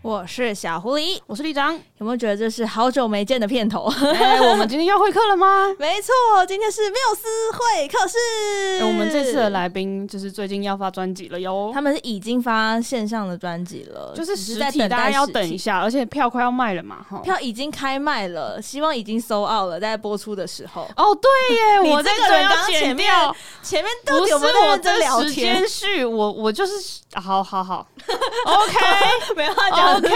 我是小狐狸，我是立章。有没有觉得这是好久没见的片头？ 哎、我们今天要会客了吗？没错，今天是缪斯会客室、哎我们这次的来宾就是最近要发专辑了哟他，们是已经发线上的专辑了，就是只实在体等大待家要实等体一下，而且票快要卖了嘛，哈。票已经开卖了，希望已经收 out 了，在播出的时候。哦，对你耶，我这在个人刚这要刚前面剪掉，前面到不底是有没有认我真聊的时天？间序，我我就是好好好 ，OK 没话哦讲 OK，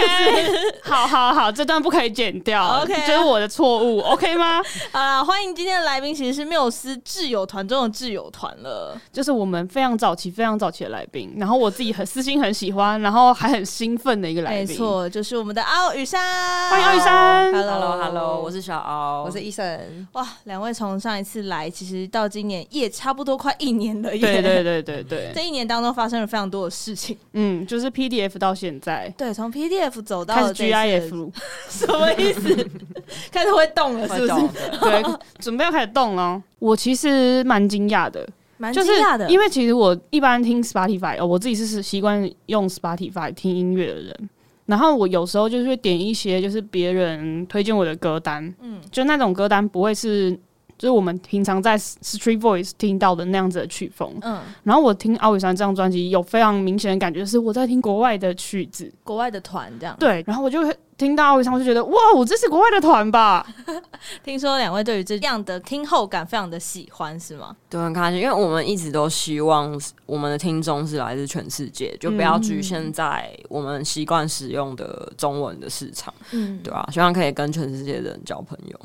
好好好，这段不可以剪掉 OK 这是我的错误，OK 吗？ 啊！欢迎今天的来宾，其实是缪斯挚友团中的挚友团了。就是我们非常早期、非常早期的来宾，然后我自己很私心很喜欢，然后还很兴奋的一个来宾，没错，就是我们的奥雨山，欢迎奥玉山 Hello Hello，我是小敖，我是医生，哇，两位从上一次来，其实到今年也差不多快一年了耶。对对对对对， 这一年当中发生了非常多的事情。嗯，就是 PDF 到现在对，从 PDF 走到开了始这一次 GIF，什么意思？ 开始会动了，是不是？是？对，准备要开始动了。哦我其实蛮惊讶的，蛮就惊是讶的，因为为其实我一般听 Spotify，哦，我自己是习惯用 Spotify 听音乐的人。然后我有时候就是会点一些就是别人推荐我的歌单，嗯，就那种歌单不会是就是我们平常在 Street Voice 听到的那样子的曲风。嗯，然后我听奥宇山这张专辑有非常明显的感觉，是我在听国外的曲子，国外的团这样。对，然后我就会听到奥运上，我就觉得哇，我这是国外的团吧？听说两位对于这样的听后感非常的喜欢，是吗？对，很开心，因为我们一直都希望我们的听众是来自全世界，就不要局限在我们习惯使用的中文的市场，嗯，对吧、啊希望可以跟全世界的人交朋友。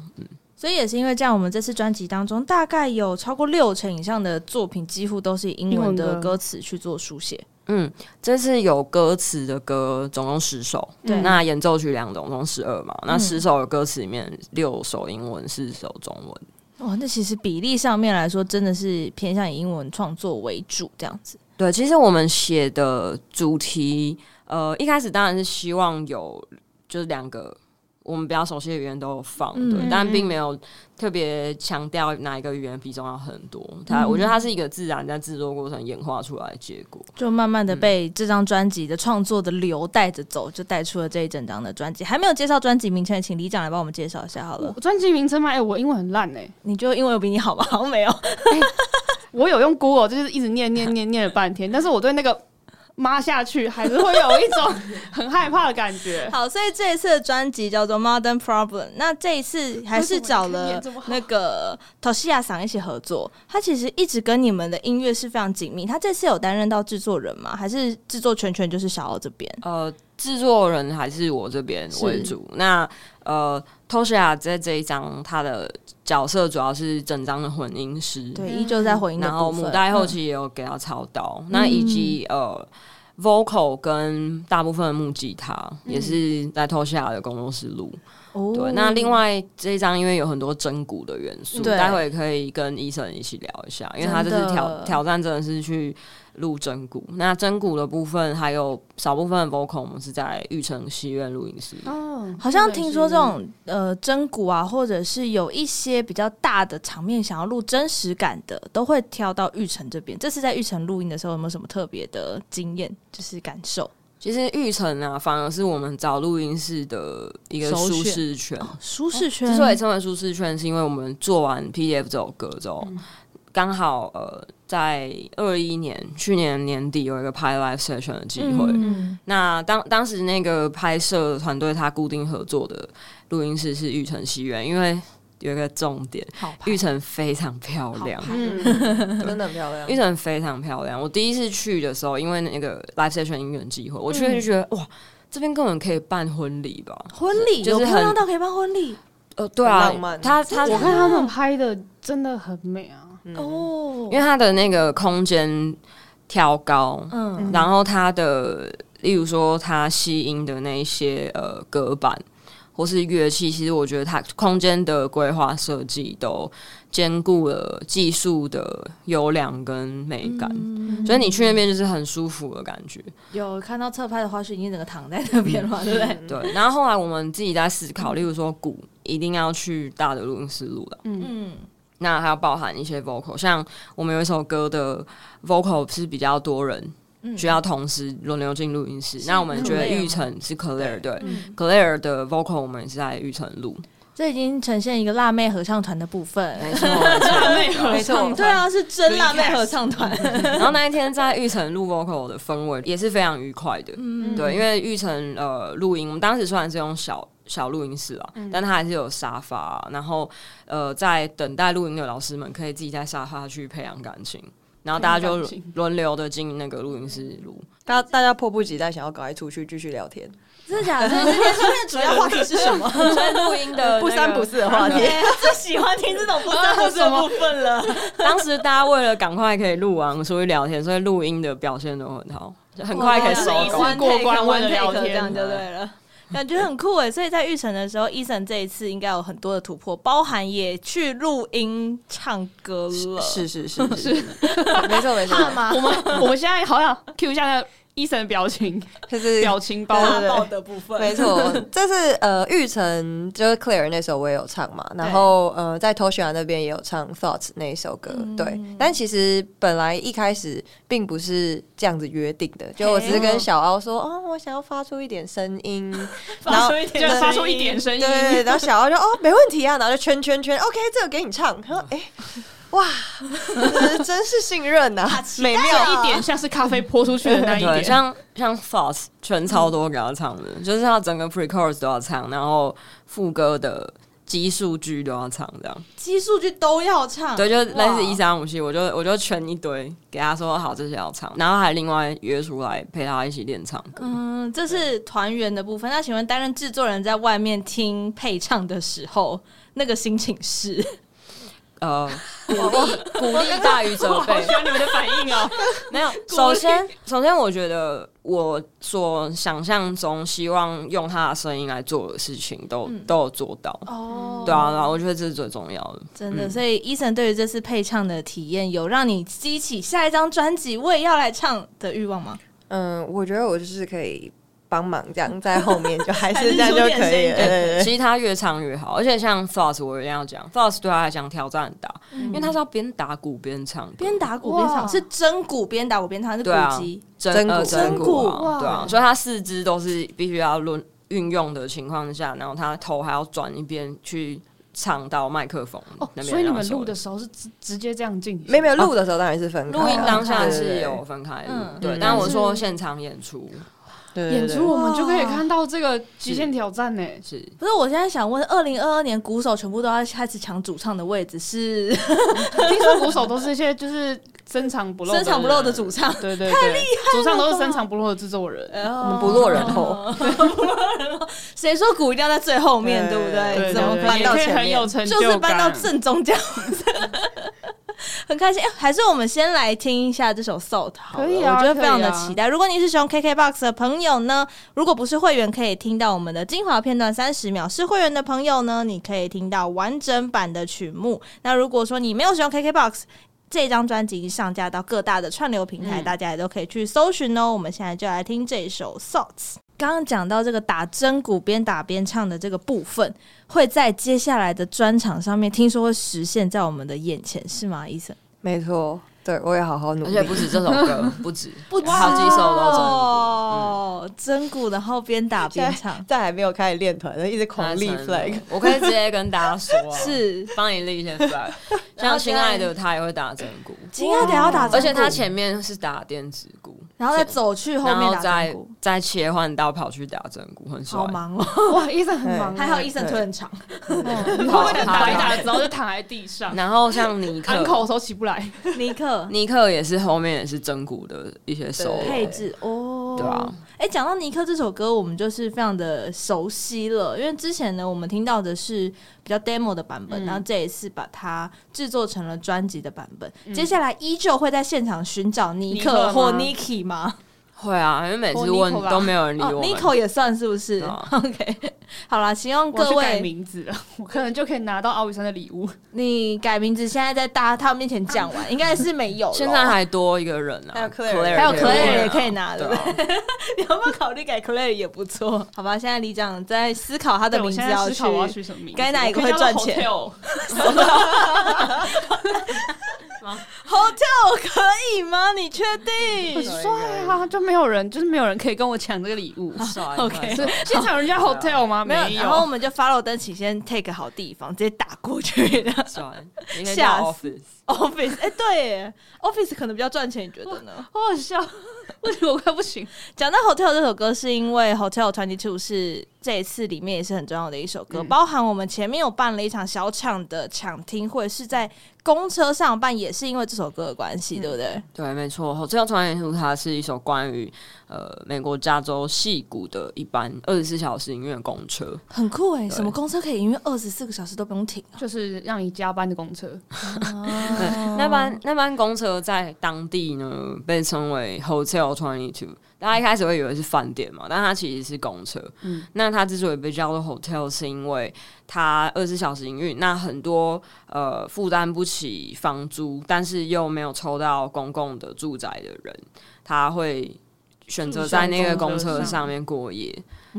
所以也是因为这样，我们这次专辑当中大概有超过六成以上的作品，几乎都是以英文英文的歌歌词去做书写。嗯，这次有歌词的歌总共十首，对那演奏曲两种，总十二嘛。那嗯十首的歌词里面，六首英文，四首中文。哇，那其实比例上面来说，真的是偏向以英文创作为主这样子。对，其实我们写的主题，呃，一开始当然是希望有就是两个我们比较熟悉的语言都有放，嗯对，嗯但嗯并没有特别强调哪一个语言比重要很多。它，嗯我觉得它是一个自然在制作过程演化出来的结果。就慢慢的被这张专辑的创作的流带着走，就带出了这一整张的专辑。还没有介绍专辑名称的，请李长来帮我们介绍一下好了。专辑名称嘛，哎、我英文很烂哎、你就英文有比你好吗？好像没有。我有用 Google，就是一直念念念念了半天，但是我对那个抹下去还是会有一种很害怕的感 觉。好，所以这一次的专辑叫做《Modern Problem》。那这一次还是找了那个 Toshiya 桑一起合作。他其实一直跟你们的音乐是非常紧密。他这次有担任到制作人吗？还是制作全权就是小奥这边？呃，制作人还是我这边为主。那呃，Tosha 在这一张他的角色主要是整张的混音师，对，嗯依旧在回应的然后部分。嗯母带后期也有给他操刀，那以及呃 vocal 跟大部分的木吉他、也是在偷下的工作室录。嗯哦对，那另外这一张因为有很多真鼓的元素，对待会可以跟医生一起聊一下，因为他这真次的挑挑战真的是去录真鼓。那真鼓的部分还有少部分的 vocal，我们是在玉成戏院录音室。哦，好像听说这种呃真鼓啊，或者是有一些比较大的场面想要录真实感的，都会挑到玉成这边。这次在玉成录音的时候，有没有什么特别的经验，就是感受？其实玉成啊，反而是我们找录音室的一个首选哦舒哦适圈。舒适圈，之所以称为舒适圈，是因为我们做完 PDF 这首歌之后，嗯刚、好呃，在二一年去年年底有一个拍 live session 的机会。嗯那当当时那个拍摄团队他固定合作的录音室是玉成戏院，因为有一个重点，好吧玉成非常漂亮。嗯， 真的很漂亮玉。成非常漂亮。我第一次去的时候，因为那个 live session 音乐机会，我去嗯就觉得、哇，这边根本可以办婚礼吧？婚礼就是有漂亮很到可以办婚礼呃，对啊哦很浪，漫他他我看他们拍的真的很美啊，哦嗯因为它的那个空间调高，嗯然后它的，例如说它吸音的那一些呃隔板或是乐器，其实我觉得它空间的规划设计都兼顾了技术的优良跟美感，所以你去那边就是很舒服的感觉。有看到侧拍的花絮，已经整个躺在那边嗯了，对不对？对，然后后来我们自己在思考，例如说鼓一定要去大的录音室录了，嗯，那还要包含一些 vocal，像我们有一首歌的 vocal 是比较多人嗯嗯需要同时轮流进录音室。那我们觉得 Claire 玉吗成是 Claire 对嗯 Claire 的 vocal，我们也是在玉成 录，这已经呈现一个辣妹合唱团的部分。没错没错。妹 合唱对啊，是真辣妹合唱 团。然后那一天在玉成录 vocal 的氛围也是非常愉快的，嗯，对，因为玉成呃录音，我们当时虽然是用小小录音室啊，嗯但它还是有沙发、然后呃，在等待录音的老师们可以自己在沙发去培养感情，然后大家培养就感情轮流的进那个录音室录。大大家迫不及待想要赶快出去继续聊 天，真的假的？所以今天今天的主 要话题是什 么？所以录音的、不三不，四的 话题。最喜欢听这种不三不四 的哦部分了。当时大家为了赶快可以录完，所以聊天，所以录音的表现都很好，就很快可以收哇一一次次工。过关 take，为了 one take，聊天这样就对了。感觉很酷欸诶，所以在预审的时候，伊森这一次应该有很多的突破，包含也去录音唱歌了。是是是是， 没错没错，吗？我们我们现在好想 Q 一下那医生的表情，就是表情包。大对爆的部分，啊没 错， 这是呃玉成就是 Claire 那首我也有唱嘛，然后呃在 Toshia 那边也有唱 Thoughts 那一首歌，嗯对。但其实本来一开始并不是这样子约定的，就我只是跟小凹说，哦，我想要发出一点声 音，然后一就声音发出一点声音，对，然后小奥就哦，没问题啊，然后就圈圈圈，OK，这个给你唱。他说，哎、哇，真 是信任啊呐、美妙。一点像是咖啡泼出去的那一对，点，像像 Fox 全超多给他唱的，就是他整个 pre-chorus 都要唱，然后副歌的基数据都要唱，这样。基数据都要唱，对，就类哇似一三五七，我就我就全一堆给他说好这些要唱，然后还另外约出来陪他一起练唱歌。嗯，这是团员的部分。那请问担任制作人在外面听配唱的时候，那个心情是？ 呃，鼓励鼓励大于责嗯我好备喜，欢你们的反应哦。没 有。首先，首先我觉得我所想象中希望用他的声音来做的事情都、嗯都有做到。哦对啊，对啊，我觉得这是最重要的。真的，所以伊森对于这次配唱的体验，有让你激起下一张专辑我也要来唱的欲望吗？嗯，我觉得我就是可以帮忙这样，在后面就还还是是这样就出点可以声音了。对对对其实他越唱越好，而且像 Thoughts，我一定要讲，Thoughts 对他来讲挑战很大，因为他是要边打鼓边唱歌，嗯边打鼓边哇唱，是真鼓边打鼓边唱，还是对啊鼓机？真真鼓呃真鼓真鼓哇啊，对啊，所以他四肢都是必须要轮运用的情况下，然后他头还要转一边去唱到麦克风哦，那边。所以你们录的时候是直直接这样进行，没有哦没有录的时候当然是分开录音当下对对是对有分开嗯的，对嗯，但我说现场演出对对演对出，我们哇就可哦以看到这个极限挑战呢。是不是，我现在想问，二零二二年鼓手全部都要开始抢主唱的位置，是听说鼓手都是一些就是深藏不露、深藏不露的主。唱，对对对，太厉害主唱都是深藏不露的制作人，我哦 我们不落人后，谁说鼓一定要在最后面，对对不对对？对怎么对办也到可以前很面有成就是就搬感到正中这样子，很开心。哎还是我们先来听一下这首《Salt》好了，可以啊我觉得非常可以的啊期待。如果你是使用 KKBOX 的朋友呢，如果不是会员，可以听到我们的精华片段三十秒；是会员的朋友呢，你可以听到完整版的曲目。那如果说你没有使用 KKBOX，这张专辑已经上架到各大的串流平嗯台，大家也都可以去搜寻哦。我们现在就来听这首《Thoughts》。刚刚讲到这个打真鼓边打边唱的这个部分，会在接下来的专场上面，听说会实现在我们的眼前，是吗，医生？没错，对我也好好努 而力且。不止这首歌，不止，不好几首都真鼓。哦，真鼓，然后边打边唱，在还没有开始练团，一直狂立 flag。我可以直接跟大家说 啊，是帮你立一些 flag。像亲爱的，他也会打真鼓，亲爱的要打而真且鼓，他前面是打电子鼓，然后再走去后然面后打真再鼓，再切换到跑去打真鼓，很帅好。忙 哦。哇，医生很忙欸，还好医生腿很啊 长，你会不会打一打之后就躺在地上，嗯然后像尼 安口克，的时候起不来？尼克尼克也是后面也是真鼓的一些手，配置哦，对啊。哎、讲到尼克这首歌，我们就是非常的熟悉了，因为之前呢，我们听到的是比较 demo 的版嗯本，然后这一次把它制作成了专辑的版本。接下来依旧会在现场寻找尼克嗯尼克吗或 Niki 吗？会啊，因为每次或 Nico 问吧都没有人理哦我们。 ，Nico 也算是不是、对啊 o k 好啦，希望我各去改位名字了，我可能就可以拿到奥运山的礼物。你改名字，现在在大家他们面前讲完，应该是没 有咯。现在还多一个人啊，还有 Claire Claire 还有也可以 Claire 啊也可以拿对的，啊 你要不要考虑改 Claire 也不错？好吧，现在李长在思考他的对我名字现在要思去考我要取什么名字？该哪一个会赚钱我可以叫做 hotel？ hotel 可以吗？你确定 很？帅啊，就没有人，就是没有人可以跟我抢这个礼物。帅 OK 帅现场人 家 hotel 吗？啊没有，有，然后我们就 follow 登起先 take 好地方，直接打过去的帅，你可以吓叫死 office。 office。哎、 对耶，office 可能比较赚钱，你觉得呢？好好笑，我觉得我快不行。 讲到 Hotel 这首歌，是因为 Hotel Twenty Two 是这一次里面也是很重要的一首歌，包含我们前面有办了一场小场的抢听会，是在公车上办，也是因为这首歌的关系，对不对？对，没错，《这条传言图》它是一首关于呃美国加州戏谷的一班二十四小时营运公车，很酷哎、对什么公车可以因为二十四个小时都不用停、啊？就是让你加班的公车，哦 那班那班公车在当地呢被称为 Hotel Twenty Two，大家一开始会以为是饭店嘛，但它其实是公车。嗯，那它之所以被叫做 Hotel，是因为它二十四小时营运，那很多呃负担不起房租，但是又没有抽到公共的住宅的人，他会。选择在那个住上公公车车上上面过夜，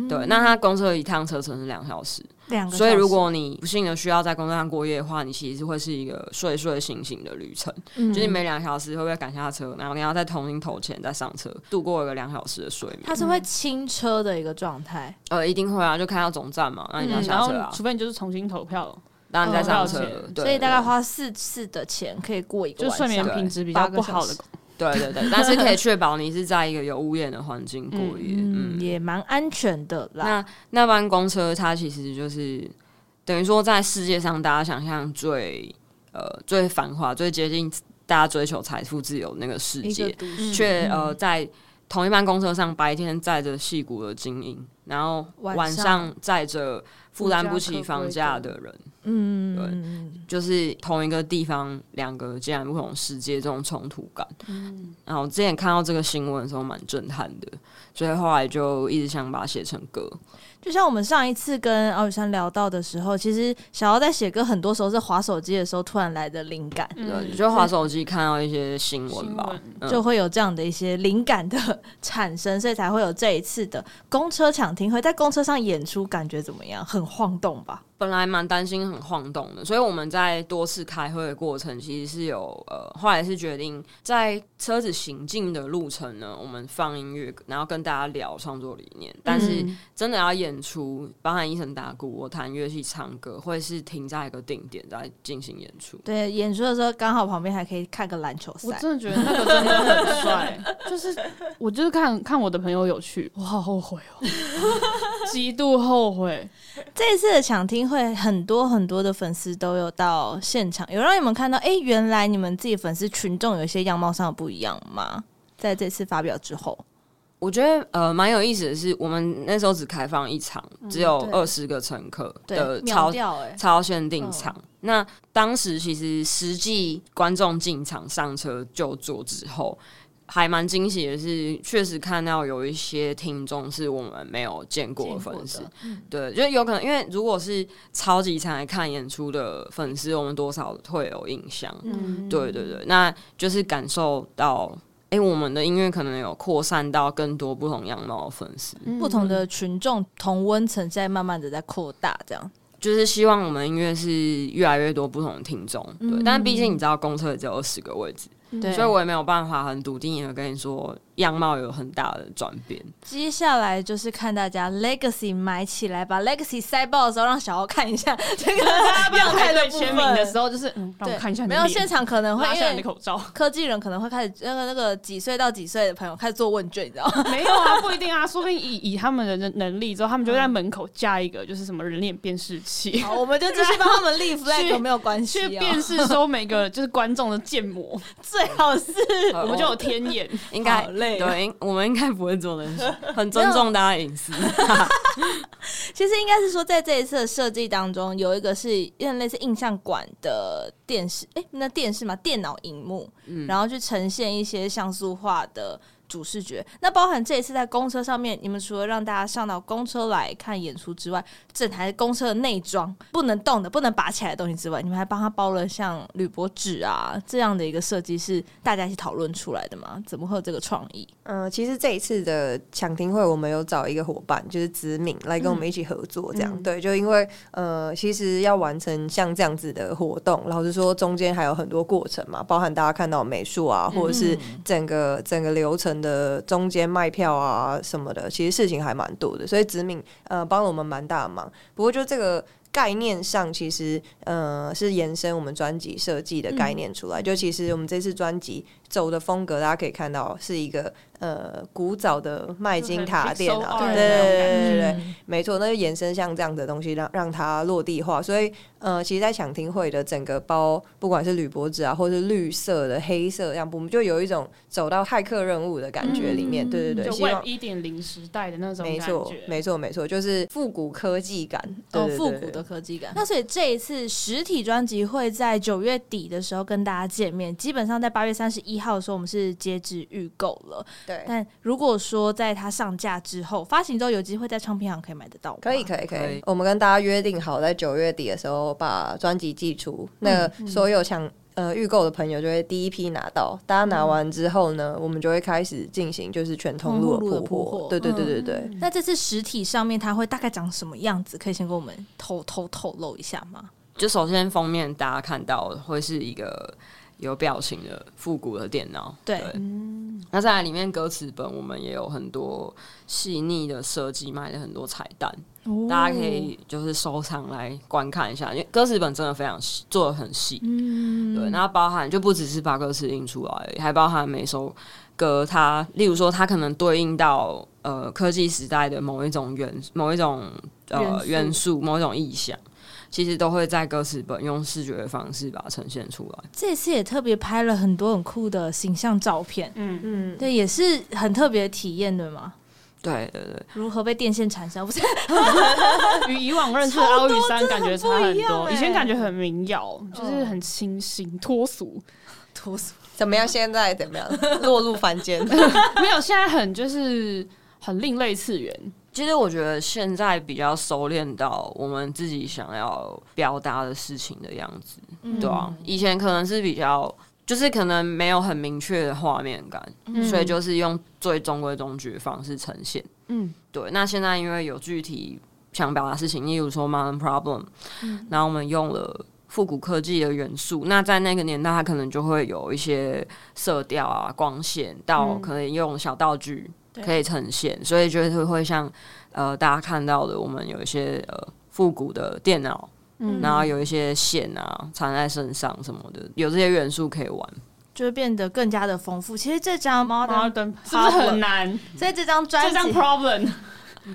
对，那它公车一趟车程是两小时，嗯两个小时，所以，如果你不幸的需要在公车上过夜的话，你其实会是一个睡睡醒醒的旅程，嗯就是你每两小时会被赶下车，然后你要再重新投钱再上车，度过一个两小时的睡眠。它是会轻车的一个状态。呃，一定会啊，就开到总站嘛，那你要然下后车啊，嗯除非你就是重新投票，然后你再上哦车了解，对所以大概花四次的钱可以过一个就晚上睡眠品质比较不好的公对对对，但是可以确保你是在一个有屋檐的环境过夜。嗯 嗯，也蛮安全的啦。那那班公车它其实就是等于说在世界上大家想象最呃最繁华、最接近大家追求财富自由的那个世一个界，都嗯却呃在同一班公车上白天载着戏骨的精英，然后晚晚上上载着负担不起无家可房归价的的人，嗯，就是同一个地方两个截然不同世界这种冲突感。然后之前看到这个新闻的时候蛮震撼的，所以后来就一直想把它写成歌。就像我们上一次跟敖宇山聊到的时候，其实小姚在写歌，很多时候是划手机的时候突然来的灵感，对，嗯就滑手机看到一些新闻新吧闻，嗯就会有这样的一些灵感的产生，所以才会有这一次的公车抢听会。在公车上演出，感觉怎么样？很晃动吧？本来蛮担心很晃动的，所以我们在多次开会的过程，其实是有呃，后来是决定在车子行进的路程呢，我们放音乐，然后跟大家聊创作理念。但嗯是真的要演出，包含医生打鼓、我弹乐器、唱歌，会是停在一个定点在进行演出。对，演出的时候刚好旁边还可以看个篮球我赛。真的觉得那个真的很帅，就是我就是看看我的朋友有去，我好后悔哦，极度后悔。这一次的抢听会，很多很多的粉丝都有到现场，有让你们看到，哎、原来你们自己粉丝群众有一些样貌上的不一样吗？在这次发表之后，我觉得呃蛮有意思的是，我们那时候只开放一场，只有对二十个乘客对的，超秒掉哎、超限定场。嗯那当时其实实际观众进场上车就座之后，还蛮惊喜的是，确实看到有一些听众是我们没有见过的粉丝见过。嗯对，就有可能因为如果是超级常来看演出的粉丝，我们多少会有印象。嗯，对对对，那就是感受到。哎、我们的音乐可能有扩散到更多不同样貌的粉丝，不同的群众同温层在慢慢的在扩大，这样就是希望我们音乐是越来越多不同的听众，对。但毕竟你知道，公车也只有二十个位置，嗯嗯对所以我也没有办法很笃定的跟你说样貌有很大的转变。接下来就是看大家 legacy 买起来，把 legacy 塞爆的时候，让小欧看一下这个样态排的队部签名的分。时候，就是嗯，让我看一下你没的有脸现场可能会拉因下你的为口罩。 科技人可能会开始那个那个几岁到几岁的朋友开始做问卷，你知道吗？没有啊，不一定啊，说不定以以他们的能能力之后，他们就会在门口架一个就是什么人脸辨识器，好，我们就继续帮他们立 flag，去没有关系、去哦，辨识说每个就是观众的建 模，最好是我我们就有天眼。应该好累哦对，应我们应该不会做的事，很尊重大家隐私。其实应该是说，在这一次的设计当中，有一个是有点类似印象馆的电视，诶，那电视嘛，电脑荧幕，然后去呈现一些像素化的主视觉。那包含这一次在公车上面，你们除了让大家上到公车来看演出之外，整台公车的内装不能动的、不能拔起来的东西之外，你们还帮他包了像铝箔纸啊这样的一个设计，是大家一起讨论出来的吗？怎么会有这个创意？嗯、其实这一次的抢听会，我们有找一个伙伴，就是子敏来跟我们一起合作，这样、嗯对，就因为呃，其实要完成像这样子的活动，老实说，中间还有很多过程嘛，包含大家看到美术啊，或者嗯是整个、整个流程的中间卖票啊什么的，其实事情还蛮多的，所以子敏呃帮了我们蛮大的忙。不过就这个。概念上其实，呃，是延伸我们专辑设计的嗯概念出来。就其实我们这次专辑走的风格，大家可以看到是一个呃古早的麦金塔电脑，就对很对 pixel art 嗯哦对对对，没错，那就延伸像这样的东西让让它落地化。所以，呃，其实，在抢听会的整个包，不管是铝箔纸啊，或是绿色的、黑色的样，我们就有一种走到骇客任务的感觉里嗯面。对对对，就希望为一点零时代的那种没感错觉，，没错，没错，就是复古科技感，对哦，对对复对古的科技感。那所以这一次实体专辑会在九月底的时候跟大家见面，基本上在八月三十一号的时候我们是截止预购了。对。但如果说在它上架之后，发行之后有机会在唱片行可以买得到吗，可以，可以，可可以以。我们跟大家约定好，在九月底的时候把专辑寄出。那所有想呃预购的朋友就会第一批拿到。大家拿完之后呢，我们就会开始进行就是全通路通路的的铺铺货嗯货。对对对对对。那这次实体上面它会大概长什么样子？可以先跟我们偷偷透露一下吗？就首先封面大家看到会是一个有表情的复古的电脑，对嗯那在里面歌词本我们也有很多细腻的设计，卖了很多彩蛋，大家可哦以就是收藏来观看一下，因为歌词本真的非常细，做的很细，嗯，对，那包含就不只是把歌词印出来而已，还包含每首歌它，例如说它可能对应到呃科技时代的某一种元某一种元呃素元素某一种意象。其实都会在歌词本用视觉的方式把它呈现出来。这次也特别拍了很多很酷的形象照片，嗯，嗯，对，也是很特别的体验，对吗？对对对，如何被电线缠上？不 是，与以往认识的奥运山感觉差真的很不很一样多，欸哦以前感觉很民谣，就是很清新脱俗，脱俗。怎么样？现在怎么 样？落入凡间。没有现在很就是很另类次元，其实我觉得现在比较收敛到我们自己想要表达的事情的样子，嗯对啊，以前可能是比较。就是可能没有很明确的画面感，嗯所以就是用最中规中矩的方式呈现。嗯，对。那现在因为有具体想表达的事情，例如说 Modern Problem，、然后我们用了复古科技的元素，那在那个年代，它可能就会有一些色调啊、光线，到可能用小道具对可以呈现，所以就是会像呃大家看到的，我们有一些呃复古的电脑，嗯然后有一些线啊缠在身上什么的，有这些元素可以玩。就会变得更加的丰富。其实这张 modern， Modern 是不是很难？所以这张专这辑张 Problem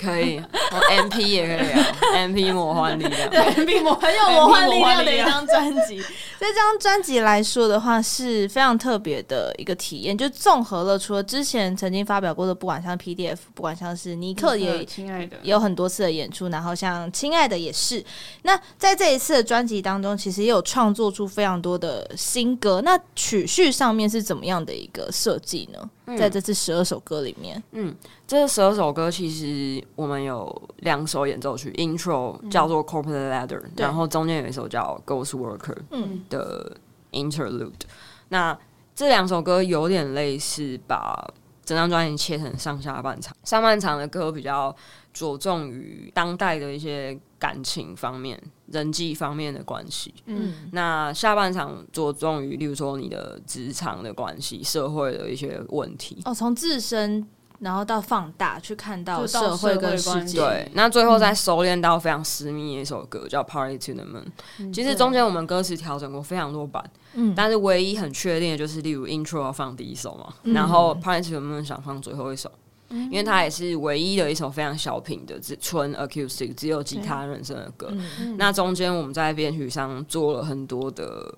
可以，M P 也可以啊，M P 魔幻力量。 比我很很有魔幻力量的一张专辑。这张专辑来说的话，是非常特别的一个体验，就综合了除了之前曾经发表过的，不管像 PDF，不管像是尼克也亲爱的，也有很多次的演出，然后像《亲爱的》也是。那在这一次的专辑当中，其实也有创作出非常多的新歌。那曲序上面是怎么样的一个设计呢？在这次十二首歌里面，嗯这十二首歌其实我们有两首演奏曲，intro 叫做 Corporate Ladder，、对然后中间有一首叫 Ghost Worker 嗯的 interlude。那这两首歌有点类似，把整张专辑切成上下半场。上半场的歌比较着重于当代的一些感情方面、人际方面的关系。嗯，那下半场着重于，例如说你的职场的关系、社会的一些问题。哦，从自身然后到放大去看到就到社会跟社世会关界，系对，那最后再收敛到非常私密的一首歌，叫《Party to the Moon》。其实中间我们歌词调整过非常多版，嗯但是唯一很确定的就是，例如 Intro 要放第一首嘛，嗯然后《Party to the Moon》想放最后一首，因为它也是唯一的一首非常小品的，只纯 acoustic 只有吉他人声的歌。嗯那中间我们在编曲上做了很多的。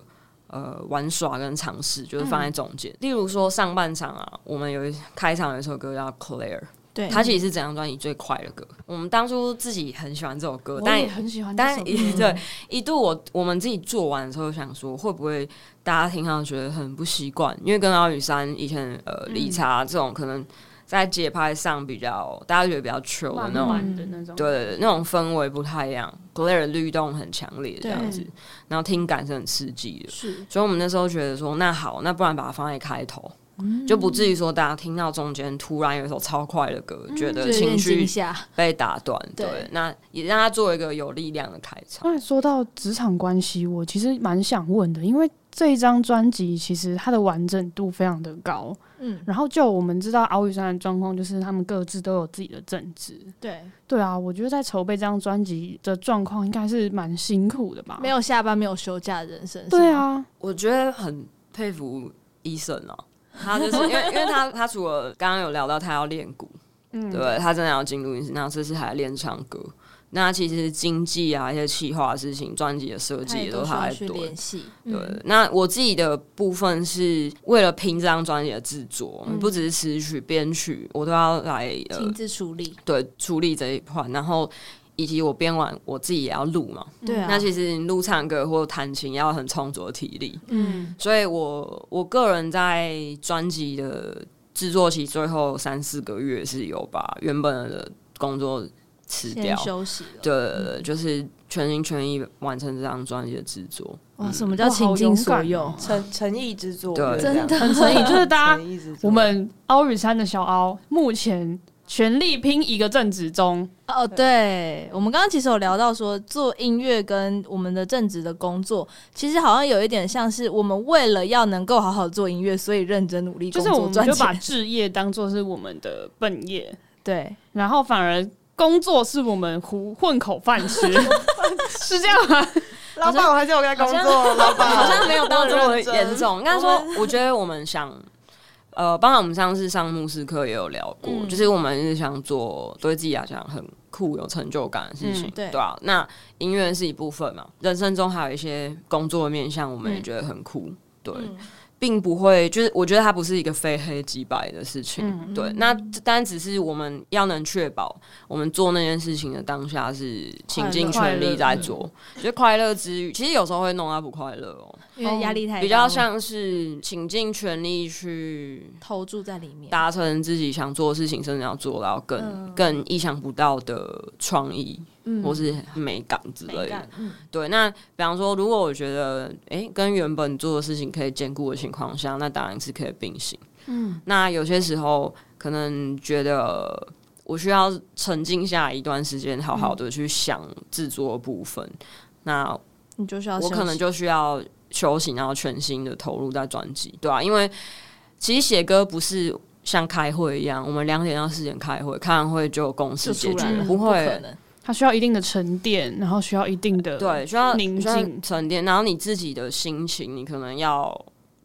呃，玩耍跟尝试就是放在中间。例如说上半场啊，我们有一开场有一首歌叫《Claire》，对，它其实是整张专辑最快的歌。我们当初自己很喜欢这首哦歌，我但也很喜欢这但首歌，嗯一对一度我我们自己做完的时候，想说会不会大家听上去觉得很不习惯，因为跟阿雨山以前呃嗯理查这种可能在节拍上比较大家觉得比较 chill 的慢那种，慢嗯的那种，对对对，那种氛围不太一样 g l a r 律动很强烈这样子，然后听感是很刺激的，是所以我们那时候觉得说那好，那不然把它放在开头。嗯就不至于说大家听到中间突然有一首超快的歌，觉嗯就得有点情绪惊吓，被打断。对对，那也让它做一个有力量的开场。刚才说到职场关系，我其实蛮想问的，因为这一张专辑其实它的完整度非常的高，嗯，然后就我们知道敖宇山的状况，就是他们各自都有自己的正职。对，对啊，我觉得在筹备这张专辑的状况应该是蛮辛苦的吧？没，有下班没有休假的人生，是对吗，啊，我觉得很佩服医生哦、他就是因为因为他他除了刚刚有聊到他要练鼓，嗯，对他真的要进录音室，那这次还练唱歌。那其实经济啊一些企划的事情、专辑的设他计也也都都需他要来去嗯做。联系，对，那我自己的部分是为了拼这张专辑的制作，不只是词曲编曲，我都要来呃嗯亲自处理，对处理这一块，然后以及我编完我自己也要录嘛。对啊，那其实你录唱歌或弹琴要很充足的体力，嗯，所以我我个人在专辑的制作期最后三四个月是有把原本的工作辞先掉，休息嗯了。对对，对就是全心全意完成这张专辑的制作。嗯哇，什么叫倾尽所用？ 诚诚意之作，对我觉得这样真的很所以就是大家诚意之作我们敖宇山的小敖目前全力拼一个正职中，哦，对，我们刚刚其实有聊到说，做音乐跟我们的正职的工作，其实好像有一点像是我们为了要能够好好做音乐，所以认真努力就工是我作们赚就把钱。置业当做是我们的本业，对，然后反而工作是我们糊混口饭 吃，是这样吗？老板，我还是有在工作，老板好像没有到这我么很认真严重，应该说，我觉得我们想。呃，包括我们上次上慕斯课也有聊过，嗯就是我们是想做对自己来讲很酷、有成就感的事情，嗯对啊。那音乐是一部分嘛，人生中还有一些工作的面向，我们也嗯觉得很酷，对。嗯并不会，就是我觉得它不是一个非黑即白的事情。嗯对，那但只是我们要能确保我们做那件事情的当下是倾尽全力在做，就是快乐之余，其实有时候会弄到不快乐哦，因为压力太大比较像是倾尽全力去投注在里面。达成自己想做的事情，甚至要做到更、嗯更意想不到的创意、嗯或是美感之类美的感。，嗯，对，那比方说，如果我觉得，诶跟原本做的事情可以兼顾的情况下，那当然是可以并行。嗯，那有些时候可能觉得我需要沉浸下一段时间，好好嗯的去想制作的部分，那你就是要我可休能息就需要休息，然后全心的投入在专辑，对啊，因为其实写歌不是。像开会一样，我们两点到四点开会，开完会就有公就司解出决来了，了，不会，可能它需要一定的沉淀，然后需要一定的对，需要宁需要静沉淀，然后你自己的心情，你可能要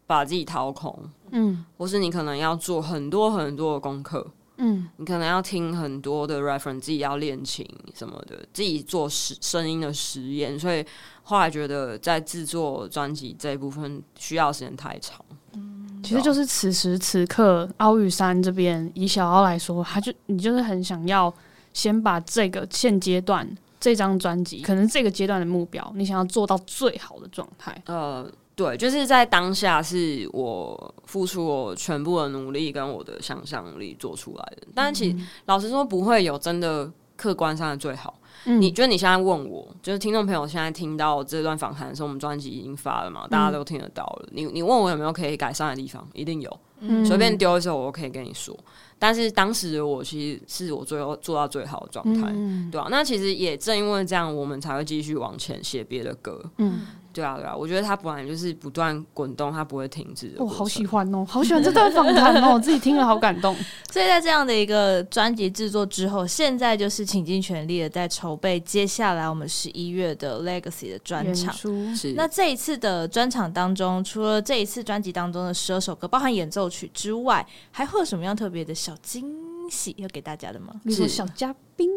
把自己掏空，嗯或是你可能要做很多很多的功课，嗯你可能要听很多的 reference，自己要练琴什么的，自己做实声音的实验，所以后来觉得在制作专辑这一部分需要时间太长，其实就是此时此刻，奥玉山这边以小奥来说，他就你就是很想要先把这个现阶段这张专辑，可能这个阶段的目标，你想要做到最好的状态。呃。对，就是在当下，是我付出我全部的努力跟我的想象力做出来的。但其实，老实说，不会有真的客观上的最好。嗯你就是你现在问我，就是听众朋友现在听到这段访谈的时候，我们专辑已经发了嘛，大家都听得到了。你你问我有没有可以改善的地方，一定有，嗯随、便丢一首我可以跟你说。但是当时的我其实是我最后做到最好的状态，嗯对啊。那其实也正因为这样，我们才会继续往前写别的歌，嗯，对啊对啊。我觉得它本来就是不断滚动，它不会停止的我过程。好喜欢哦，好喜欢这段访谈哦，我自己听了好感 动。所以在这样的一个专辑制作之后，现在就是倾尽全力的在筹备接下来我们十一月的 Legacy 的专演场。出是那这一次的专场当中，除了这一次专辑当中的十二首歌，包含演奏曲之外，还会有什么样特别的小惊惊喜要给大家的吗？例如是小嘉 宾，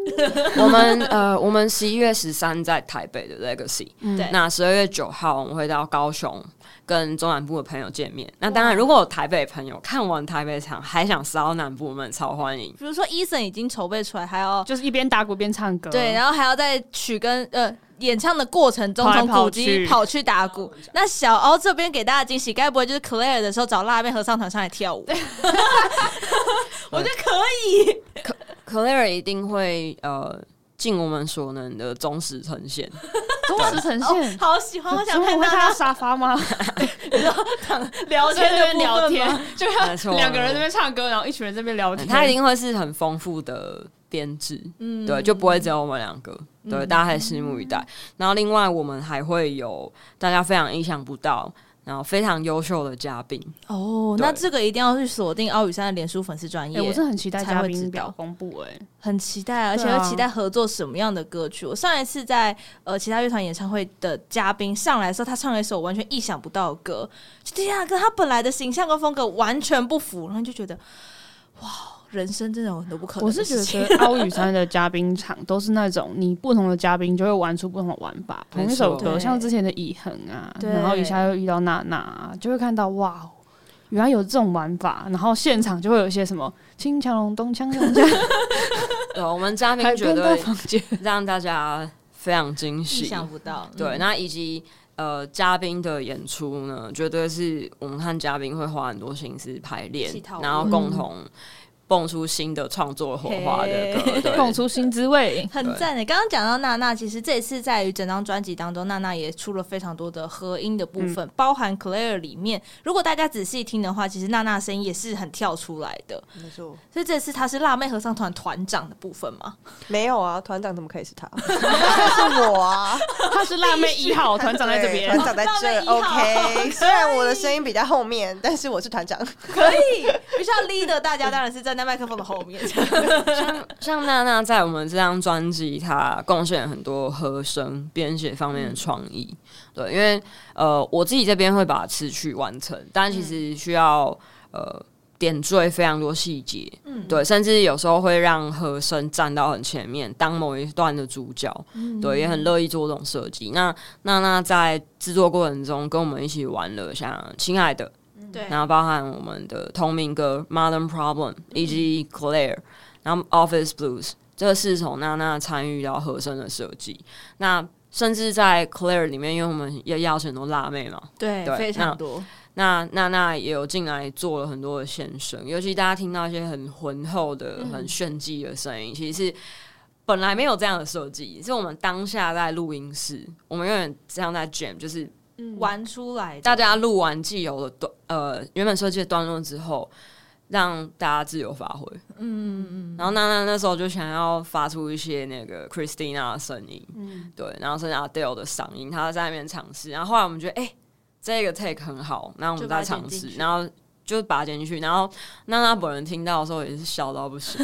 我们呃，我们十一月十三在台北的 Legacy，、嗯对那十二月九号我们会到高雄跟中南部的朋友见面。那当然，如果有台北朋友看完台北场还想烧南部，我们超欢迎。比如说伊森已经筹备出来，还要就是一边打鼓边唱歌，对，然后还要在曲跟呃演唱的过程中跑来从跑鼓机去跑去打鼓。那小欧这边给大家惊喜，该不会就是 Claire 的时候找辣妹合唱团上来跳舞？ 我觉得可以， Claire 一定会呃尽我们所能的忠实呈现。忠实呈现。哦好喜欢，我想中午看会大看到家沙 发吗？聊天在那的边聊部分吗，天，就没是错两个人在那边唱歌，然后一群人在那边聊天。他一定会是很丰富的编制，嗯对，就不会只有我们两个，对，大家还拭目以待。然后另外我们还会有大家非常意想不到，然后非常优秀的嘉宾，哦，那对这个一定要去锁定奥宇山的脸书粉丝专业，哎，我真的很期待才嘉会知宾表道公布哎，很期待，而且对啊会期待合作什么样的歌曲。我上一次在呃其他乐团演唱会的嘉宾上来的时候，他唱了一首我完全意想不到的歌，就天啊，跟他本来的形象跟风格完全不符，然后就觉得哇，人生真的有很多不可能我的是事情。 觉得奥宇山的 嘉宾场都是那种你不同的嘉宾就会玩出不同的玩法，没错同一首歌，对呃像之前的以恒啊，对然后一下又遇到娜娜啊，就会看到哇哦。原来有这种玩法，然后现场就会有一些什么清强龙、东腔 东腔，对，我们嘉宾海绝边大对房间，让大家非常惊意喜，想不到，嗯对，那以及。呃，嘉宾的演出呢，绝对是我们和嘉宾会花很多心思排练一起讨，论然后共同蹦出新的创作火花的歌， 对蹦出新滋味。很赞的。刚刚讲到娜娜，其实这一次在于整张专辑当中，娜娜也出了非常多的合音的部分，包含 Claire 里面。如果大家仔细听的话，其实娜娜声音也是很跳出来的。没错，所以这次她是辣妹合唱团团长的部分嘛？没有啊，团长怎么可以是他？ 是我啊，她是辣妹一 号团长在这边对，团长在哦这。辣妹一号 OK，虽 然我的声音比较后面，但是我是团长。 可 以，比较 leader 大家当然是站在麦克风的后面。 像 像娜娜在我们这张专辑，她贡献了很多和声编写方嗯面的创意。对，因为呃，我自己这边会把词曲完成，但其嗯实需要呃点缀非常多细节。嗯，对，甚至有时候会让和声站到很前面，当某一段的主角。嗯对，也很乐意做这种设计。那娜娜在制作过程中跟我们一起玩了像《亲爱的》，对，然后包含我们的同名歌《Modern Problem》以及 Claire，然后 Office Blues，这是从娜娜参与到和声的设计。那甚至在 Claire 里面，因为我们也邀请很多辣妹嘛，对对非常多。那娜娜也有进来做了很多的献声，尤其大家听到一些很浑厚的、很炫技的声音，其实是本来没有这样的设计，是我们当下在录音室，我们有点像在 jam，就是玩出来的，大家录完既有的段呃原本设计的段落之后，让大家自由发挥。嗯嗯嗯。然后娜娜那时候就想要发出一些那个 Christina 的声音，嗯，对，然后甚至 Adele 的嗓音，她在那边尝试。然后后来我们觉得，哎、这个 take 很好，然后我们再就尝把它剪进试，去然后。就把它剪进去，然后娜娜本人听到的时候也是笑到 不行。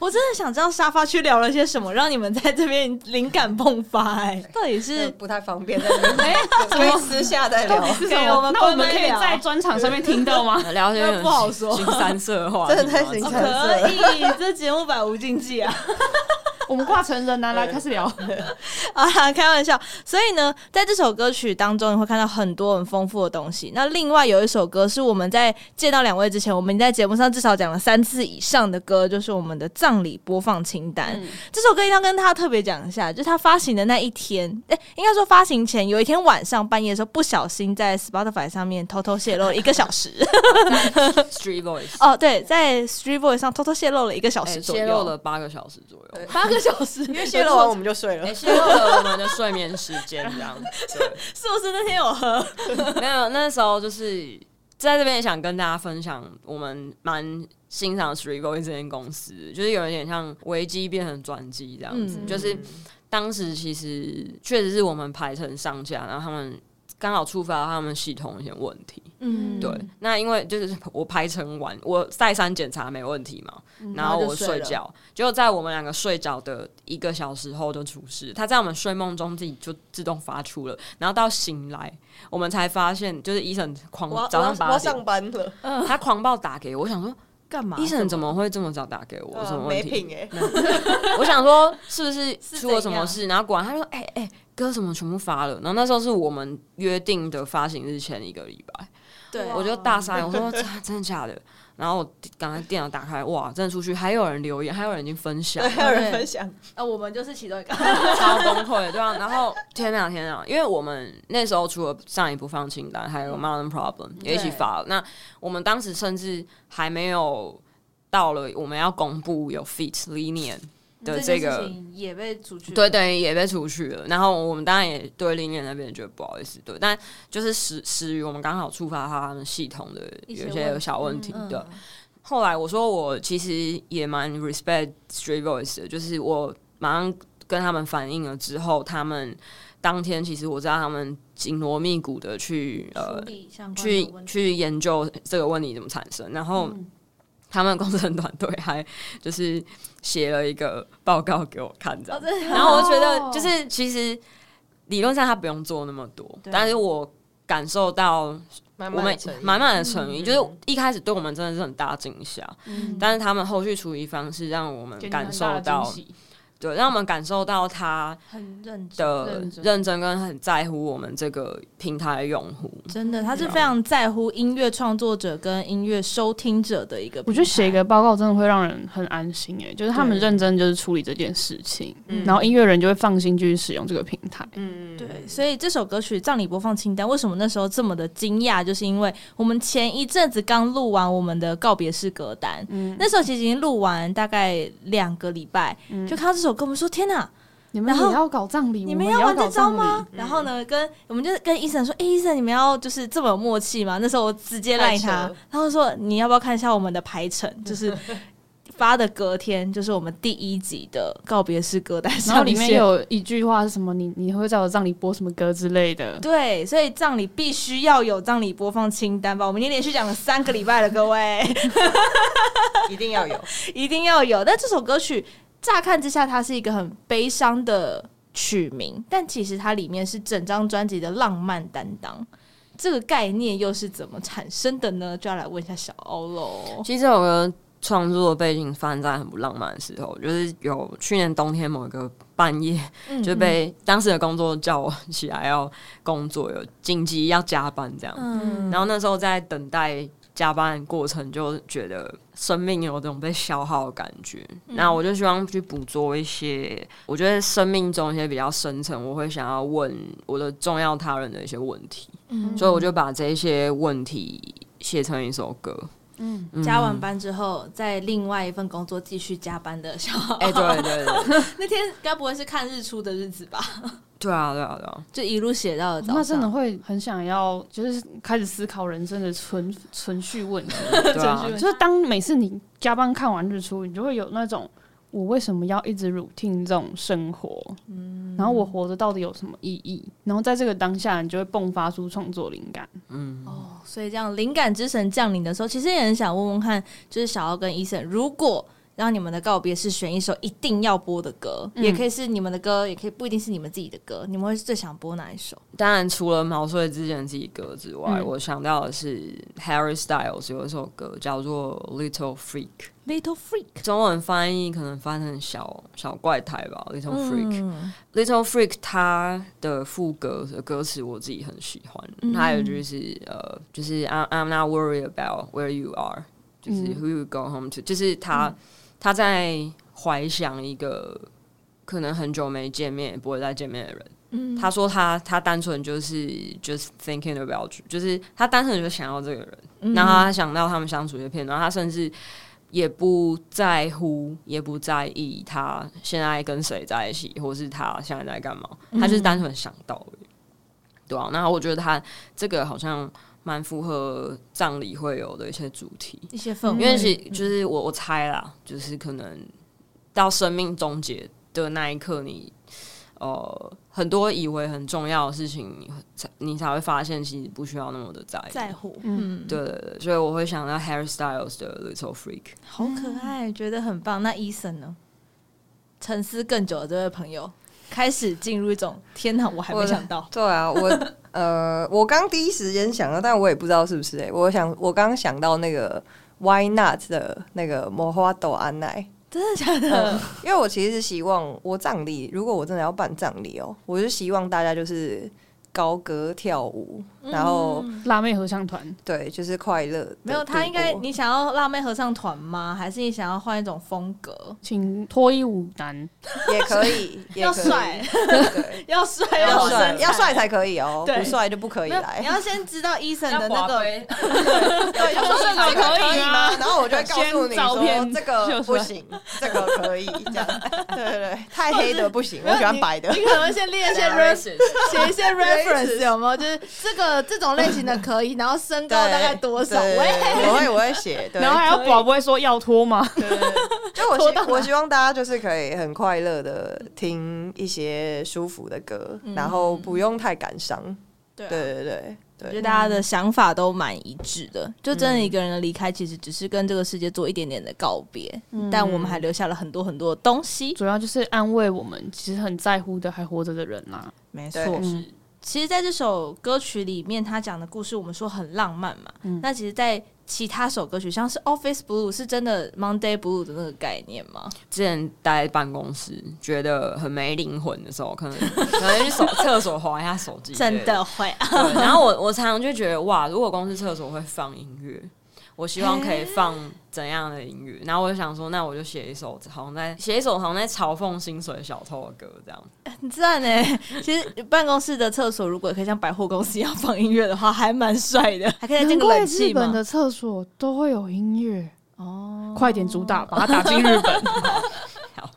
我真的想知道沙发区聊了些什么，让你们在这边灵感迸发、哎，到底是是不太方便， 哎，可以私下再聊。 是给什么哎我们那我慢们可慢以聊在专场上面听 到吗？聊些那不好说新三色 的话题，真的太形象然后可以？ 这节目百无禁忌啊！我们挂成人男来开始聊。 啊，开玩笑。所以呢，在这首歌曲当中，你会看到很多很丰富的东西。那另外有一首歌是我们在见到两位之前，我们在节目上至少讲了三次以上的歌，就是我们的葬礼播放清单。这首歌一定要跟大家特别讲一下，就是它发行的那一天，哎、应该说发行前有一天晚上半夜的时候，不小心在 Spotify 上面偷偷泄露了一个小时。 Street Voice 哦，对，在 Street Boy 上偷偷泄露了一个小哎时左右，泄露了八个小时左右。八个小时， 因为泄露完我们 就睡了哎，。泄露了我们的睡眠时间，这样。是不是那天有喝？对，没有那时候就是在这边也想跟大家分享，我们蛮欣赏 Three Boys 这间公司，就是有一点像危机变成转机这样子，嗯就是当时其实确实是我们排成上架，然后他们。刚好触发他们系统一些问题，嗯，对，那因为就是我排成完，我再三检查没问题嘛，然后然后我就睡睡了觉，结果在我们两个睡着的一个小时后就出事，他在我们睡梦中自己就自动发出了，然后到醒来我们才发现，就是医生狂我要早我要上我要八点上班了，他狂暴打给我，我想说。干嘛？医生怎么会这么早打给我？有什么问没题？嗯品哎？ 我想说是不是是出了什怎么样事？然后果然他就说：“哎、哎、歌什么全部发了。”然后那时候是我们约定的发行日前一个礼拜，对，我就大傻眼，我说：“真真的假的？”然后我刚才电脑打开，哇，真的出去，还有人留言，还有人已经分享对，， 还有人分享，啊，我们就是其中一个。超崩溃，对啊，然后天啊天啊，因为我们那时候除了上一部放清单，嗯还有 Mountain Problem 也一起发了。那我们当时甚至还没有到了我们要公布有 Fit Linian 的这件事个。情也被除去，对，等于也被除去了。然后我们当然也对 l i 那边觉得不好意思，对，但就是始始于我们刚好触发他们系统的一些有一问些题小问题，嗯对。后来我说我其实也蛮 respect Street Voice 的，就是我马上跟他们反映了之后，他们当天其实我知道他们紧锣密鼓的去呃处理相关的去问题，哦嗯去研究这个问题怎么产生，然后。他们工程团队还就是写了一个报告给我看，这样哦，真的然后我就觉得，就是其实理论上他不用做那么多，对但是我感受到满我满的们诚意满满的诚意，嗯就是一开始对我们真的是很大惊吓，嗯但是他们后续处理方式让我们给你感很大受的到惊，喜对，让我们感受到他很认真，的认真认真跟很在乎我们这个平台的用户。真的，他是嗯非常在乎音乐创作者跟音乐收听者的一个平台。我觉得写一个报告真的会让人很安心诶、就是他们对认真就是处理这件事情，嗯然后音乐人就会放心继续使用这个平台。嗯，对，所以这首歌曲《葬礼播放清单》为什么那时候这么的惊讶？就是因为我们前一阵子刚录完我们的告别式歌单，嗯，那时候其实已经录完大概两个礼拜，嗯就看到这首歌，我们说天哪，你们然后也要搞葬礼，你我们们要也玩搞这招葬礼嗯吗？？然后呢，跟我们就跟医生说，哎、医生，你们要就是这么有默契吗？那时候我直接赖他太扯了，然后说你要不要看一下我们的排程，就是 发的隔天，就是我们第一集的告别式歌单然后上里面线有一句话是什么？你你会在我葬礼播什么歌之类的？对，所以葬礼必须要有葬礼播放清单吧？我们已经连续讲了三个礼拜了，各位一定要有， 一定要有。但这首歌曲乍看之下，它是一个很悲伤的曲名，但其实它里面是整张专辑的浪漫担当。这个概念又是怎么产生的呢？就要来问一下小欧喽。其实这首歌创作的背景发生在很不浪漫的时候，就是有去年冬天某一个半夜，嗯就被当时的工作叫我起来要工作，有紧急要加班这样。嗯然后那时候在等待加班的过程，就觉得生命有种被消耗的感觉。那、我就希望去捕捉一些，我觉得生命中一些比较深层，我会想要问我的重要他人的一些问题，嗯所以我就把这些问题写成一首歌。嗯，加完班之后，在另外一份工作继续加班的小欧，哎、对对对， 那天该不会是看日出的日子吧？ 对啊对啊 对啊，就一路写到了早上，那真的会很想要，就是开始思考人生的存存续问题。对啊，就是当每次你加班看完日出，你就会有那种我为什么要一直 routine 这种生活？嗯，然后我活着到底有什么意义？然后在这个当下，你就会迸发出创作灵感。哦，所以这样灵感之神降临的时候，其实也很想问问看，就是小奥跟医生，如果让你们的告别是选一首一定要播的歌，嗯也可以是你们的歌，也可以不一定是你们自己的歌，你们会最想播哪一首？当然，除了毛遂自荐自己歌之外，嗯我想到的是 Harry Styles 有一首歌叫做《Little Freak》， Little Freak，中文翻译可能翻成小小怪胎吧，《Little Freak》嗯 Little Freak 它的副歌的歌词我自己很喜欢，嗯还有就是呃，就是 I'm I'm not worried about where you are，就是嗯 who you go home to，就是他、嗯他在怀想一个可能很久没见面也不会再见面的人。嗯他说他他单纯就是 just thinking about you，就是他单纯就想要这个人，嗯然后他想到他们相处的片段，他甚至也不在乎，也不在意他现在跟谁在一起，或是他现在在干嘛，他就是单纯想到而已，对啊，那我觉得他这个好像蛮符合葬礼会有的一些主题，一些氛围，因为是就是我我猜啦，就是可能到生命终结的那一刻你，呃很多以为很重要的事情，你才你才会发现其实不需要那么的在意。在乎，嗯嗯，对对对，所以我会想到 Harry Styles 的 Little Freak。好可爱，觉得很棒。那医生呢？沉思更久的这位朋友开始进入一种天哪，我还没我想 到，对啊，我欸呃，我刚第一时间想到，但我也不知道是不是哎、我想我刚想到那个 Why Not 的那个摩花斗安奈。真的假的？因为我其实是希望我葬礼，如果我真的要办葬礼哦，我就希望大家就是高歌跳舞，然后辣妹合唱团，对，就是快乐地嗯没有，他应该度过你想要辣妹合唱团吗？还是你想要换一种风格？请脱衣舞男，也 可以，也要可以帅，对要帅，要要帅，身要材帅才可以哦，对不帅就不可以没有来你。要先知道医生要的那滑个杯 对，就说这个可以吗 然后我就会告诉你先照说片这秀个出不来行，这个可以，这 样对对对，太黑的不行，我喜欢白的你。你可能先 列一些 ref， Generations 写一些 reference 有没有？就是这个这种类型的可以，然后身高大概多少？对喂，我会我会写，对然后还要宝不会说要 脱吗？就我希我希望大家就是可以很快乐的听一些舒服的歌，然后不用太感伤。嗯对啊对对我对觉得对，大家的想法都蛮一致的，就真的一个人的离开，其实只是跟这个世界做一点点的告别，但我们还留下了很多很多的东西。主要就是安慰我们其实很在乎的还活着的人啊啦。没错嗯，其实，在这首歌曲里面，他讲的故事，我们说很浪漫嘛。那其实，在其他首歌曲，像是《Office Blue》，是真的 Monday Blue 的那个概念吗？之前待在办公室，觉得很没灵魂的时候，可 能可能去手厕所划一下手机，真。的会啊，对然后我我常常就觉得哇，如果公司厕所会放音乐，我希望可以放怎样的音乐？然后我就想说，那我就写一首好像在写一首好像在嘲讽薪水小偷的歌，这样很 赞呢。其实办公室的厕所，如果可以像百货公司一样放音乐的话，还蛮帅的，还可以再进难个怪冷日气本嘛。的厕所都会有音乐，哦，快点主打，把它打进日本。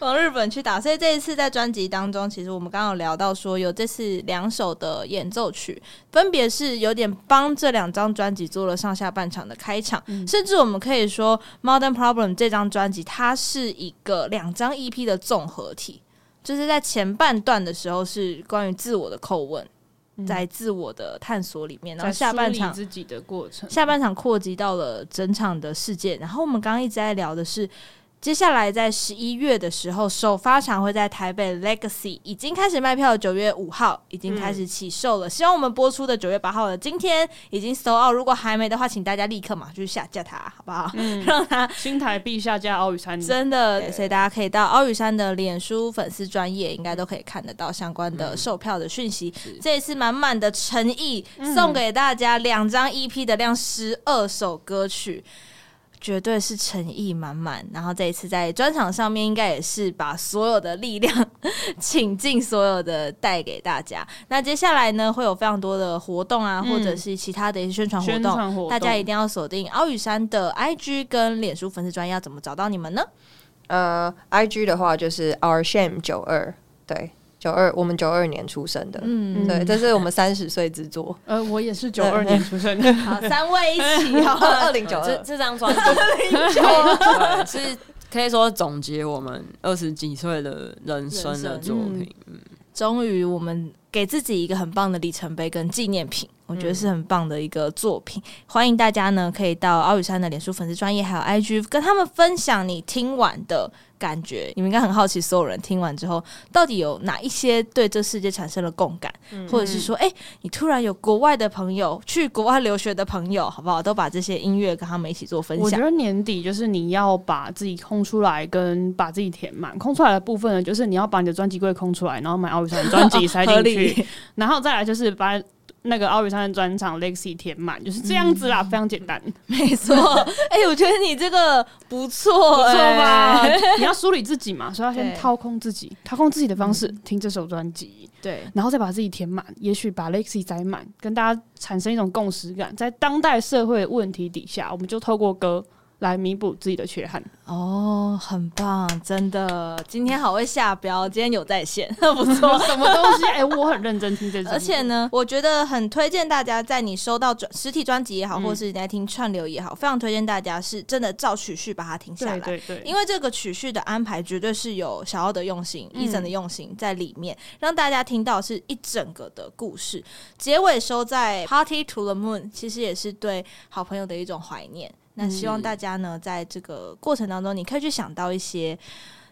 往日本去打。所以这一次在专辑当中，其实我们刚刚有聊到说，有这次两首的演奏曲，分别是有点帮这两张专辑做了上下半场的开场，嗯甚至我们可以说，《Modern Problem》这张专辑它是一个两张 EP 的综合体，就是在前半段的时候是关于自我的叩问，在自我的探索里 面，然后嗯在下半梳理场自己的过程，下半场扩及到了整场的世界。然后我们刚刚一直在聊的是，接下来在十一月的时候，首发场会在台北 Legacy 已经开始卖票，九月五号已经开始起售了。希望我们播出的九月八号的今天已经 sold out，如果还没的话，请大家立刻马上去下架它，好不好？让它新台币下架奥宇餐厅，真的，嗯所以大家可以到奥宇山的脸书粉丝专业，应该都可以看得到相关嗯的售票的讯息。这一次满满的诚意，送给大家两张 EP 的量十二首歌曲。绝对是诚意满满，然后这一次在专场上面，应该也是把所有的力量倾尽所有的带给大家。那接下来呢，会有非常多的活动啊，或者是其他的一些宣传活宣动，传活动，大家一定要锁定奥宇山的 IG 跟脸书粉丝专业，要怎么找到你们呢？呃，IG 的话就是 Our Shame 九二，对，九二，我们九二年出生的，嗯，对，这是我们三十岁之作，呃，我也是九二年出生的，好，三位一起 哦。 二零九这二，这张专辑对是可以说总结我们二十几岁的人生的作品。 终于，我们给自己一个很棒的里程碑跟纪念品，我觉得是很棒的一个作品。欢迎大家呢，可以到奥宇山的脸书粉丝专业还有 IG，跟他们分享你听完的感觉。你们应该很好奇，所有人听完之后，到底有哪一些对这世界产生了共感，嗯或者是说，哎、你突然有国外的朋友，去国外留学的朋友，好不好？都把这些音乐跟他们一起做分我觉享。得年底就是你要把自己空出来，跟把自己填满。空出来的部分呢，就是你要把你的专辑柜空出来，然后买奥宇山的专辑塞 合进理去，然后再来就是把那个奥宇山的专场 Lexi 填满，就是这样子啦，非常简 单，没 错，哎、我觉得你这个不错、不错吧 哎？你要梳理自己嘛，所以要先对嗯掏空自己，掏空自己的方式听这首专辑，对，然后再把自己填满，也许把 Lexi 载满，跟大家产生一种共识感。在当代社会的问题底下，我们就透过歌来弥补自己的缺憾。哦，很棒，真的，今天好会下标，今天有在 线，不错。什么东西？哎、我很认真听这首，而且呢，我觉得很推荐大家，在你收到专实体专辑也好，嗯或是你在听串流也好，非常推荐大家是真的照曲序把它停下对来。对对，因为这个曲序的安排绝对是有小奥的用心、嗯伊森的用心在里面，让大家听到是一整个的故事。结尾收在《Party to the Moon》，其实也是对好朋友的一种怀念。那希望大家呢，在这个过程当中，你可以去想到一些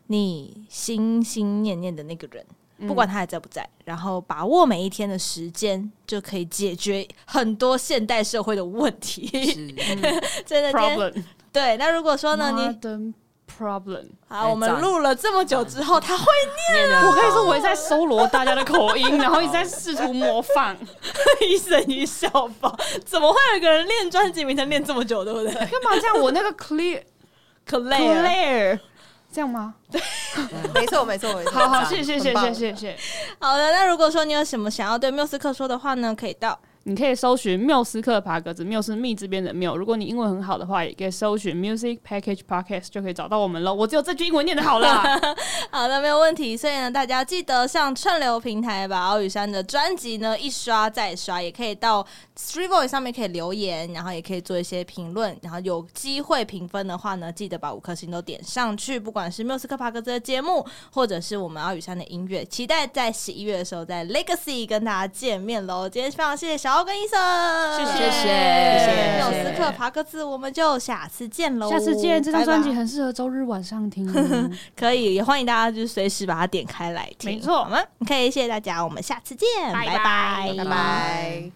你心心念念的那个人，嗯不管他还在不在，然后把握每一天的时间，就可以解决很多现代社会的问题。 是真的，今天嗯 problem，对。那如果说呢，你 Modern problem，好，我们赞录了这么久之后，他会念得我跟你好说，我一直在搜罗大家的口音，然后一直在试图模仿，一生一笑吧？ 怎么会有一个人练专辑名称练这么久，对不对？干嘛这样？我那个 clear 可累了。 clear 这样吗？嗯没错，没错，没错。好好，谢谢谢很棒谢谢谢。好的，那如果说你有什么想要对缪斯克说的话呢，可以到你可以搜寻缪斯克爬格子，缪是密这边的缪。如果你英文很好的话，也可以搜寻 Music Package Podcast 就可以找到我们了。我只有这句英文念的好啦， 好的，没有问题。所以呢，大家记得上串流平台把敖宇山的专辑呢一刷再刷，也可以到 Three Voice 上面可以留言，然后也可以做一些评论。然后有机会评分的话呢，记得把五颗星都点上去。不管是缪斯克帕克这个节目，或者是我们敖宇山的音乐，期待在十一月的时候在 Legacy 跟大家见面喽。今天非常谢谢小奥跟医生，谢谢谢缪谢斯克帕克字，我们就下次见喽， 下次见。这张专辑哦拜拜很适合周日晚上听 哦。可以，也欢迎大家就是随时把它点开来听，没错好吗？可以，谢谢大家，我们下次见，拜拜拜拜。